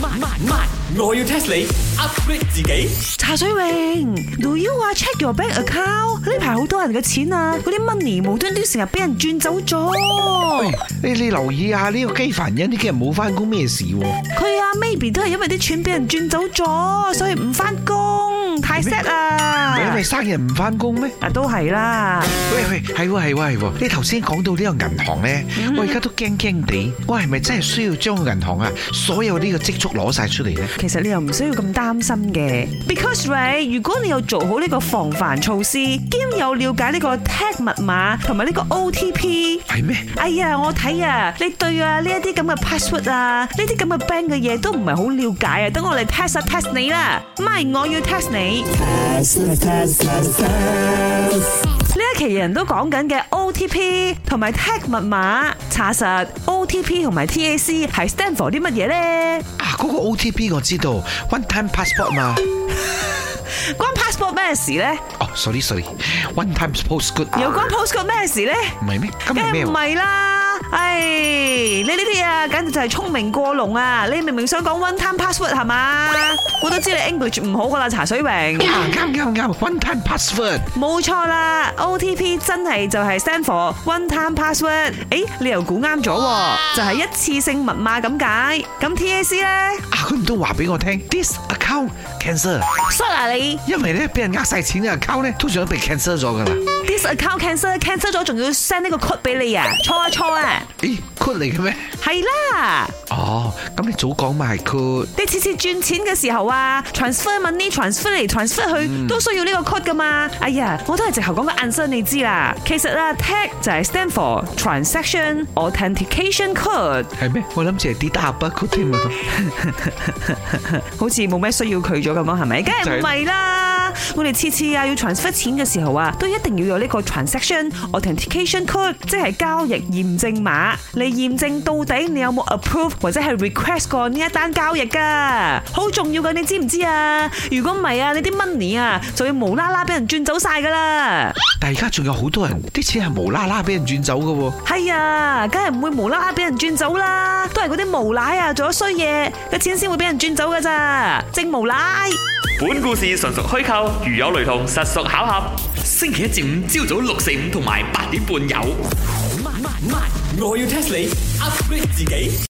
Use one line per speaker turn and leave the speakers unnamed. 慢慢慢，我要 test 你 upgrade 自己。
茶水榮，do you 啊 check your bank account？呢排好多人嘅錢啊，嗰啲 money 無端端成日俾人轉走咗。
你你留意下呢個基凡人呢幾日冇翻工咩事喎？
佢啊 maybe 都係因為啲錢俾人轉走咗，所以唔翻工，太 sad
唔係因
啦
為。生日唔翻工咩？
啊，都係啦。
喂喂，係喎係喎係喎！你頭先講到呢個銀行咧，我而家都驚驚地，我係咪真係需要將個銀行啊所有呢個積蓄攞晒出嚟咧？
其實你又唔需要咁擔心嘅，because right，如果你有做好呢個防範措施，兼有了解呢個 tag 密碼同埋呢個 OTP。
係咩？
哎呀，我睇啊，你對啊呢一啲咁嘅 password 啊，呢啲咁嘅 bank 嘅嘢都唔係好了解啊，等我嚟 test 下 test 你啦，唔係我要 test 你。呢一期人都講緊嘅 OTP 同埋 tag 密碼，查實 OTP 同埋 TAC 係 stand for 啲乜嘢呢？
啊，嗰個 OTP 我知道，one time passport 嘛。
關 passport 咩事呢？
哦，sorry sorry，one time postcode
有關 postcode 咩事呢？
唔係咩？今
梗
日
係
咩
唔
喎？
係啦，唉，你呢啲啊，簡直就係聰明過龍啊！你明明想講 one time password 係嘛？我都知你 English 唔好噶啦，茶水榮。
啊啱啱啱，one time password。
冇錯啦，OTP 真係就係 stand for one time password。誒，你又估啱咗喎，就係一次性密碼咁解。咁 TAC 呢？
啊，佢唔通話俾我聽，this account cancel，
衰啊你
因為咧俾人呃晒錢嘅 account 咧，通常都被 cancel 咗噶啦。
！This account cancel cancel 咗，仲要 send 呢個 code 俾你啊！錯啊錯啊！
咦，code 嚟嘅咩？
係啦。
哦，咁你早講咪係 code。
你次次轉錢嘅時候啊，transfer money transfer 嚟 transfer 去，都需要呢個 code 噶嘛。哎呀，我都係直頭講個 answer 你知啦。其實啊，tag 就係 stand for transaction authentication code，
係咩？我諗住係 D double code 添啊。
好似冇咩需要佢咗咁樣，係咪？梗係唔係啦。我哋次次啊要 transfer 錢嘅時候啊，都一定要有呢個 transaction authentication code，即係交易驗證碼嚟驗證到底你有冇 approve 或者係 request 過呢一單交易噶，好重要噶，你知唔知啊？如果唔係啊，你啲 money 啊就要無啦啦俾人轉走晒噶啦。
但係而家仲有好多人啲錢係無啦啦俾人轉走嘅喎。
係啊，梗係唔會無啦啦俾人轉走啦，都係嗰啲無賴啊做咗衰嘢嘅錢先會俾人轉走噶咋，正無賴。
本故事純屬虛構，如有雷同，實屬巧合。星期一至五朝早六四五同埋八點半有。
慢慢慢，我要 test 你 upgrade 自己。